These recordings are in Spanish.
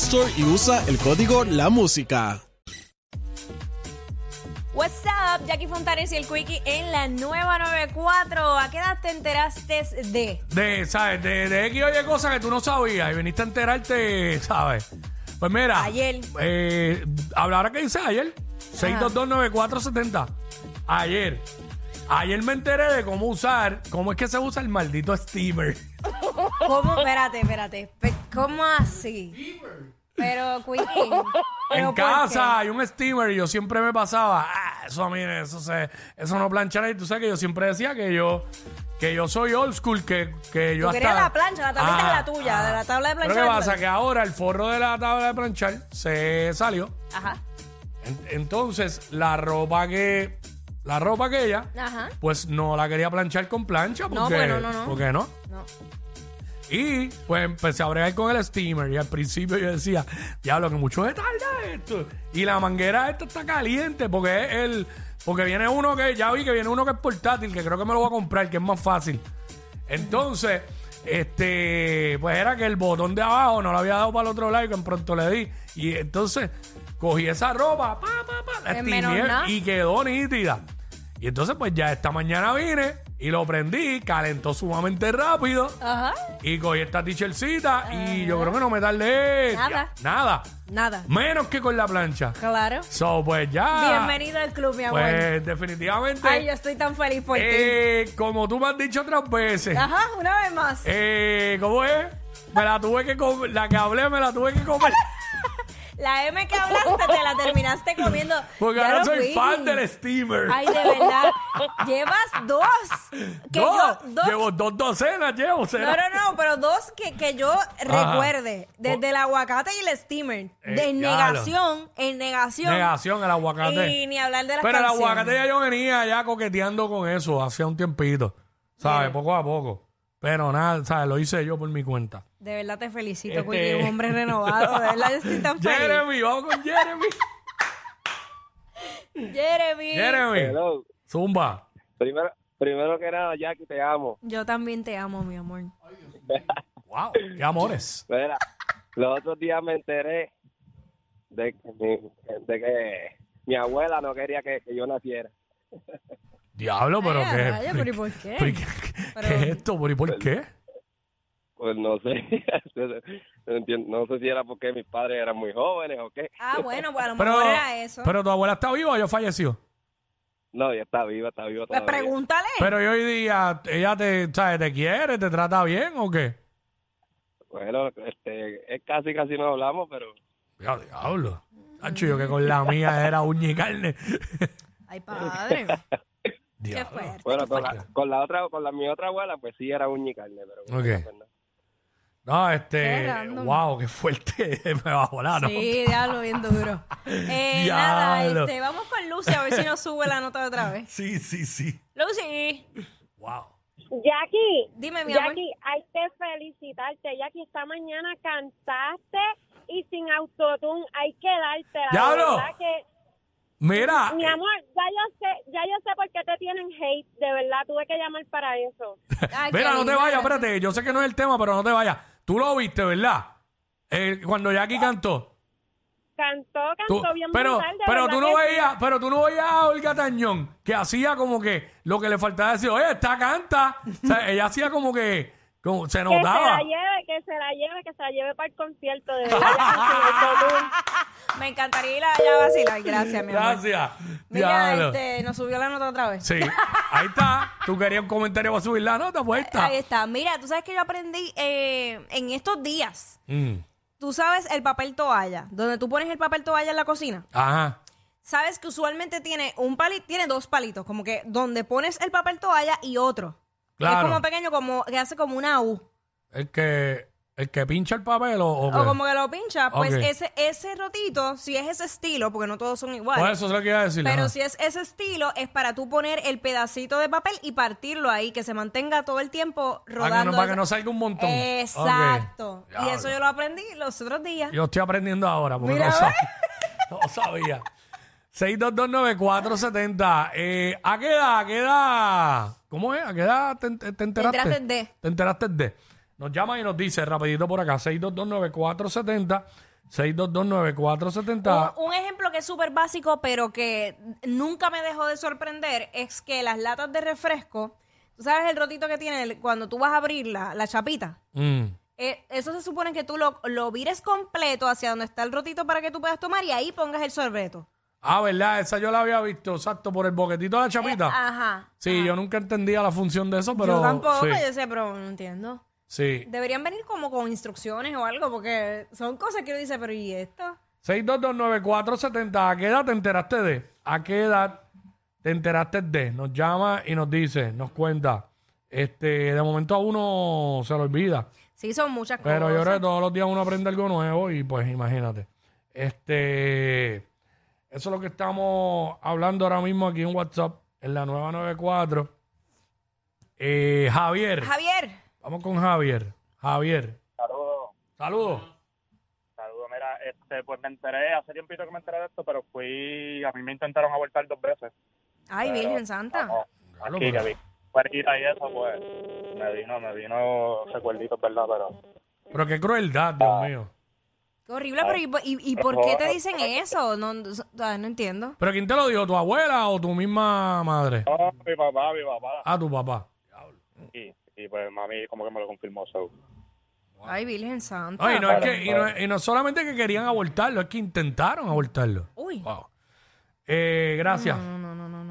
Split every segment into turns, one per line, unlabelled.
Store y usa el código La Música.
What's up, Jackie Fontanes y el Quickie en la nueva 94. ¿A qué edad te enteraste de?
De, ¿sabes? De, de X oye cosas que tú no sabías y viniste a enterarte, ¿sabes? Pues mira.
Ayer.
Eh, Hablará que dice ayer. 6229470. Ayer. Ayer me enteré de cómo usar, cómo es que se usa el maldito steamer.
¿Cómo? Espérate, espérate. Pe- ¿Cómo así? Pero, Quickie. ¿pero
en
por
casa hay un steamer y yo siempre me pasaba, ah, eso a mí, eso, se, eso no plancharé. Y tú sabes que yo siempre decía que yo, que yo soy old school, que, que yo
Tú
hasta... Ah,
querías la plancha, la tablita es la tuya, de la tabla de
Pero
planchar,
¿qué pasa?
pero-
Que ahora el forro de la tabla de planchar se salió.
qué? Ajá.
En- Entonces, la ropa que. La ropa que ella,
Ajá.
pues no la quería planchar con plancha. Porque,
No, bueno, no, no.
¿Por qué no?
No.
Y pues empecé a bregar con el steamer. Y al principio yo decía, diablo, que mucho se tarda esto. Y la manguera esta está caliente. Porque es el. Porque viene uno que, ya vi que viene uno que es portátil, que creo que me lo voy a comprar, que es más fácil. Entonces, este, pues era que el botón de abajo no lo había dado para el otro lado y que en pronto le di. Y entonces cogí esa ropa, pa, pa, pa, la
En menos
steameé
nada.
y quedó nítida. Y entonces, pues ya esta mañana vine y lo prendí, calentó sumamente rápido.
Ajá.
Y cogí esta tichercita y yo creo que no me tardé
Ah. Nada.
ya, nada.
Nada.
Menos que con la plancha.
Claro.
So, pues ya.
Bienvenido al club, mi amor.
Pues definitivamente.
Ay, yo estoy tan feliz por
eh, como tú me has dicho otras veces.
ti. Ajá, una vez más.
Eh, ¿Cómo es? Me la tuve que comer. La que hablé me la tuve que comer.
La M que hablaste te la terminaste comiendo.
Porque
Ya
ahora
lo
soy
vi.
fan del steamer.
Ay, de verdad. Llevas dos. Que
dos,
yo- dos.
Llevo dos docenas, llevo.
No,
será.
no, no, pero dos que, que yo recuerde. Desde el aguacate y el steamer.
Eh,
de
ya
negación, en negación.
Negación al aguacate.
Y ni hablar de las
Pero el
canciones.
aguacate ya yo venía ya coqueteando con eso hacía un tiempito. ¿Sabes? Poco a poco. Pero nada, ¿sabes? Lo hice yo por mi cuenta.
De verdad te felicito,
Este-
Quickie, un hombre renovado. De verdad yo estoy tan feliz.
Jeremy, vamos con Jeremy.
Jeremy.
Jeremy.
Hello.
Zumba.
Primero, primero que nada, Jackie, te amo.
Yo también te amo, mi amor.
Wow, qué amores.
Mira, los otros días me enteré de que mi, de que mi abuela no quería que, que yo naciera.
Diablo, pero
Ay,
qué.
rayos, pero ¿y por qué?
pero qué-
Pero-
¿Qué es esto? ¿Pero y por qué?
Pues no sé, no entiendo- no sé si era porque mis padres eran muy jóvenes o qué.
Ah, bueno, pues a lo
Pero,
mejor era eso.
pero tu abuela está viva o yo falleció.
No, ya está viva, está viva
pues
todavía.
pregúntale.
Pero y hoy día, ella te, ¿sabes? ¿Te quiere? ¿Te trata bien o qué?
Bueno, este, es casi, casi no hablamos, pero
Ya, diablo. Nacho, yo que con la mía era uña y carne.
Ay, padre. Qué
Diablo.
fuerte.
bueno, con la, con la otra, con la mi otra abuela, pues sí era uña y carne, pero con
Ok.
esa, pues, no.
No,
Qué
este.
random.
wow, qué fuerte. Me bajó la nota.
Sí, diablo, bien duro. Eh, nada,
Diablo.
este, vamos con Lucy a ver si nos sube la nota otra vez.
Sí, sí, sí.
Lucy,
Wow.
Jackie,
dime, mi amor.
Jackie, hay que felicitarte. Jackie, esta mañana cantaste y sin autotune hay que dártela. de
¡Diablo! Ah, eh.
verdad que-
Mira.
mi amor, ya yo sé, ya yo sé por qué te tienen hate. De verdad, tuve que llamar para eso.
Ay,
Mira,
qué
no te
linda.
vayas, espérate. Yo sé que no es el tema, pero no te vayas. Tú lo viste, ¿verdad? Eh, cuando Jackie cantó.
Cantó,
Tú-
cantó bien
pero,
brutal, de
pero
verdad
tú no
que sí.
veías, pero tú no veías a Olga Tañón, que hacía como que lo que le faltaba decir, oye, esta canta. O sea, ella hacía como que como se
Que se
notaba.
la lleve, que se la lleve, que se la lleve para el concierto de verdad, sin autotune.
Me encantaría ir allá a vacilar. Gracias, mi amor.
Gracias.
Mira,
Diablo.
este, nos subió la nota otra vez.
Sí, ahí está. Tú querías un comentario para subir la nota, pues ahí está.
Ahí está. Mira, tú sabes que yo aprendí eh, en estos días.
Mm.
Tú sabes el papel toalla, donde tú pones el papel toalla en la cocina.
Ajá.
Sabes que usualmente tiene un palito, tiene dos palitos, como que donde pones el papel toalla y otro.
Claro.
Es como pequeño, como que hace como una U.
El que, el que pincha el papel o, o
O
qué?
como que lo pinchas, pues
Ok.
ese, ese rotito, si es ese estilo, porque no todos son iguales.
Pues eso es lo que iba a decir.
Pero
ajá.
si es ese estilo, es para tú poner el pedacito de papel y partirlo ahí, que se mantenga todo el tiempo
Para
rodando.
que no- para que no salga un montón.
Exacto.
Ok.
Y
Diablo.
eso yo lo aprendí los otros días.
Yo estoy aprendiendo ahora porque
Mira,
no
ve.
sabía. No sabía. 6229470. Eh, ¿A qué edad? ¿A qué edad? ¿Cómo es? ¿A qué edad te, te- te enteraste?
enteraste de.
Te enteraste de. Nos llama y nos dice rapidito por acá. 6229470. 6229470.
Un, un ejemplo que es súper básico, pero que nunca me dejó de sorprender, es que las latas de refresco, tú sabes el rotito que tiene el- cuando tú vas a abrirla, la chapita.
Mm.
Eh, eso se supone que tú lo, lo vires completo hacia donde está el rotito para que tú puedas tomar y ahí pongas el sorbeto.
Ah, ¿verdad? Esa yo la había visto, exacto, por el boquetito de la chapita.
Eh, Ajá.
sí, yo nunca entendía la función de eso, pero.
yo tampoco,
sí,
yo decía, pero no entiendo.
sí.
Deberían venir como con instrucciones o algo, porque son cosas que uno dice, pero ¿y esto?
6229470. ¿A qué edad te enteraste de? ¿A qué edad te enteraste de? Nos llama y nos dice, nos cuenta. Este, de momento a uno se lo olvida.
Sí, son muchas cosas.
Pero yo creo que todos los días uno aprende algo nuevo y pues imagínate. Este, eso es lo que estamos hablando ahora mismo aquí en WhatsApp, en la nueva 94. Eh, Javier.
Javier,
Vamos con Javier. Javier.
Saludos.
Saludos.
Saludos, mira, este, pues me enteré, hace tiempito que me enteré de esto, pero fui, a mí me intentaron abortar dos veces.
ay, Virgen Santa.
No,
Claro,
aquí
pero-
que vi. Fuerita y eso, pues, me vino, me vino recuerditos, ¿verdad? Pero
Pero qué crueldad, Dios mío.
Qué horrible, pero ¿y, po- y, y por qué te dicen eso? No, no, ah, no entiendo.
¿Pero quién te lo dijo? ¿Tu abuela o tu misma madre?
no, mi papá, mi papá.
Ah, tu papá.
Y, y pues mami como que me lo confirmó, so.
Ay, Virgen Santa.
Ay, no, es que, y, no, es- y no es solamente que querían abortarlo, es que intentaron abortarlo.
Uy.
Wow. Eh, gracias.
Mm.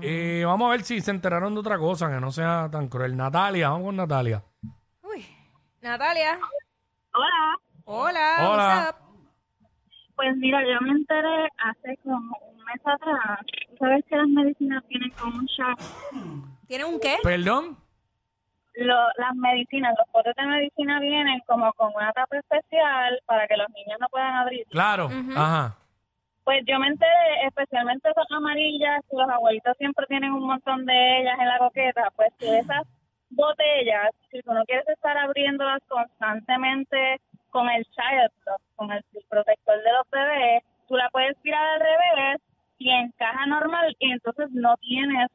Eh, vamos a ver si se enteraron de otra cosa que no sea tan cruel. Natalia, vamos con Natalia.
Uy. Natalia.
Hola,
Hola.
Hola.
what's up?
pues mira, yo me enteré hace como un mes atrás. Tú ¿Sabes que las medicinas tienen como un shot?
¿Tiene un qué?
¿Perdón?
Lo- las medicinas, los potes de medicina vienen como con una tapa especial para que los niños no puedan abrir.
Claro. Ajá.
Pues yo me enteré, especialmente esas amarillas, que los abuelitos siempre tienen un montón de ellas en la coqueta, pues que esas botellas, si tú no quieres estar abriéndolas constantemente con el child lock, con el protector de los bebés, tú la puedes tirar al revés y encaja normal y entonces no tienes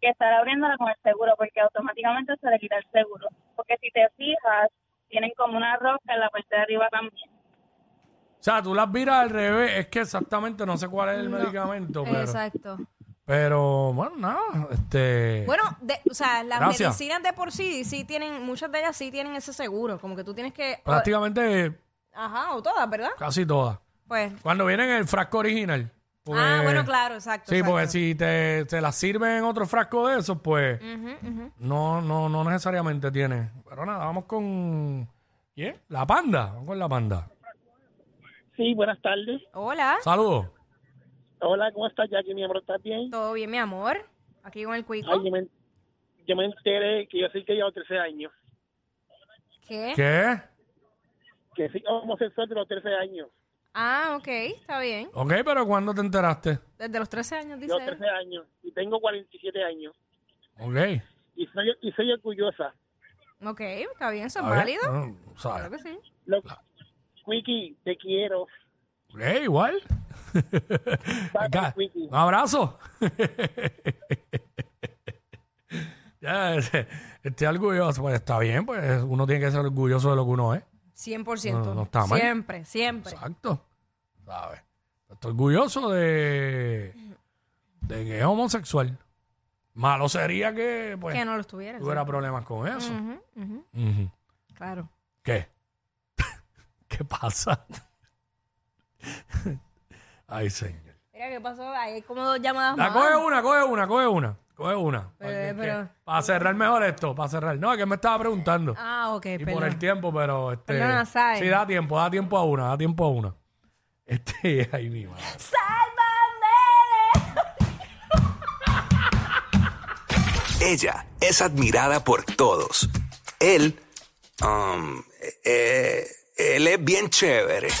que estar abriéndola con el seguro porque automáticamente se le quita el seguro. Porque si te fijas, tienen como una rosca en la parte de arriba también.
O sea, tú las viras al revés. Es que exactamente no sé cuál es el medicamento, pero,
Exacto.
pero bueno, nada. Este,
Bueno, de- o sea, las
Gracias.
medicinas de por sí, sí tienen, muchas de ellas sí tienen ese seguro, como que tú tienes que...
prácticamente
Ajá, o todas, ¿verdad?
casi todas.
Pues...
Cuando vienen en el frasco original. porque-
ah, bueno, claro, exacto.
Pues, Sí,
exacto.
porque si te, te las sirven en otro frasco de esos, pues
Ujú, ujú.
no, no, no necesariamente tiene. Pero nada, vamos con. ¿Quién? La panda. Vamos con la panda.
Sí, buenas tardes.
Hola,
Saludos.
Hola, ¿cómo estás, Jackie? Mi amor, ¿estás bien?
¿todo bien, mi amor? Aquí con el cuico.
Ay, yo me, yo me enteré que yo sí que llevo 13 años.
¿Qué?
¿Qué?
Que soy homosexual de los 13 años.
Ah, ok, está bien.
Ok, pero ¿cuándo te enteraste?
Desde los 13 años, dice
Llevo
él.
13 años y tengo 47 años.
Ok.
Y soy, y soy orgullosa.
Ok, está bien, eso es
A ver,
válido.
no,
Claro
¿Sabes?
que sí.
Lo, Wiki, te quiero.
Ok, igual. Acá, Un abrazo. ya, este, estoy orgulloso. Pues está bien, pues uno tiene que ser orgulloso de lo que uno es.
100%.
No, no está mal.
Siempre, siempre.
Exacto. ¿Sabes? Estoy orgulloso de, de que es homosexual. Malo sería que, pues,
Que no lo estuviera.
tuviera
sí. Mm.
problemas con eso.
Ujú, ujú,
Ujú.
Claro.
¿Qué? pasa? Ay, señor.
Mira, ¿qué pasó? Ahí hay como dos llamadas
Da,
más.
coge una, coge una, coge una. Coge una.
Pero- Eh, pero-
Para cerrar mejor esto, para cerrar. No, es que me estaba preguntando.
Ah, ok,
y
perdón.
por el tiempo, pero este.
Perdona, Sai.
sí, da tiempo, da tiempo a una, da tiempo a una. Este, ay, mi madre.
¡Sálvame!
Ella es admirada por todos. Él, um, eh, él es bien chévere.